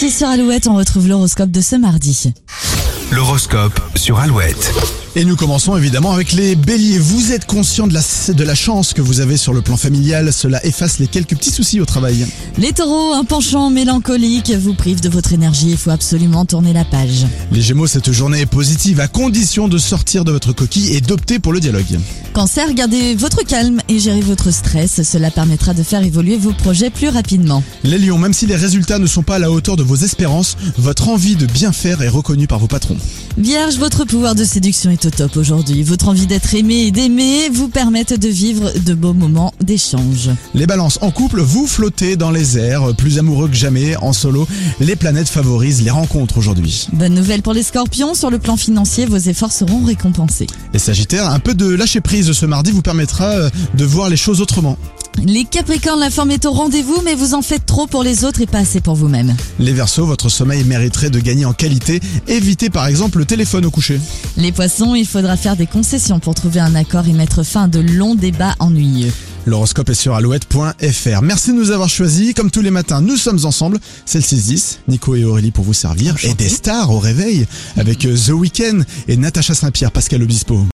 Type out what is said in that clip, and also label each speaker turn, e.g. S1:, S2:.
S1: Et sur Alouette, on retrouve l'horoscope de ce mardi.
S2: L'horoscope sur Alouette.
S3: Et nous commençons évidemment avec les béliers. Vous êtes conscient de la, de la chance que vous avez sur le plan familial. Cela efface les quelques petits soucis au travail.
S1: Les taureaux, un penchant mélancolique vous prive de votre énergie, il faut absolument tourner la page.
S3: Les gémeaux, cette journée est positive à condition de sortir de votre coquille et d'opter pour le dialogue.
S1: Cancer, gardez votre calme et gérez votre stress, cela permettra de faire évoluer vos projets plus rapidement.
S3: Les lions, même si les résultats ne sont pas à la hauteur de vos espérances, votre envie de bien faire est reconnue par vos patrons.
S1: Vierge, votre pouvoir de séduction est au top aujourd'hui, votre envie d'être aimé et d'aimer vous permettent de vivre de beaux moments d'échange.
S3: Les balances, en couple, vous flottez dans les airs, plus amoureux que jamais, en solo. Les planètes favorisent les rencontres aujourd'hui.
S1: Bonne nouvelle pour les scorpions, sur le plan financier, vos efforts seront récompensés.
S3: Les sagittaires, un peu de lâcher prise ce mardi vous permettra euh, de voir les choses autrement.
S1: Les capricornes, la forme est au rendez-vous, mais vous en faites trop pour les autres et pas assez pour vous-même.
S3: Les Verseaux, votre sommeil mériterait de gagner en qualité. Évitez par exemple le téléphone au coucher.
S1: Les poissons, il faudra faire des concessions pour trouver un accord et mettre fin à de longs débats ennuyeux.
S3: L'horoscope est sur alouette.fr. Merci de nous avoir choisis. Comme tous les matins, nous sommes ensemble. C'est le 6-10. Nico et Aurélie pour vous servir. Et des stars au réveil avec euh, The Weeknd et Natacha Saint-Pierre, Pascal Obispo.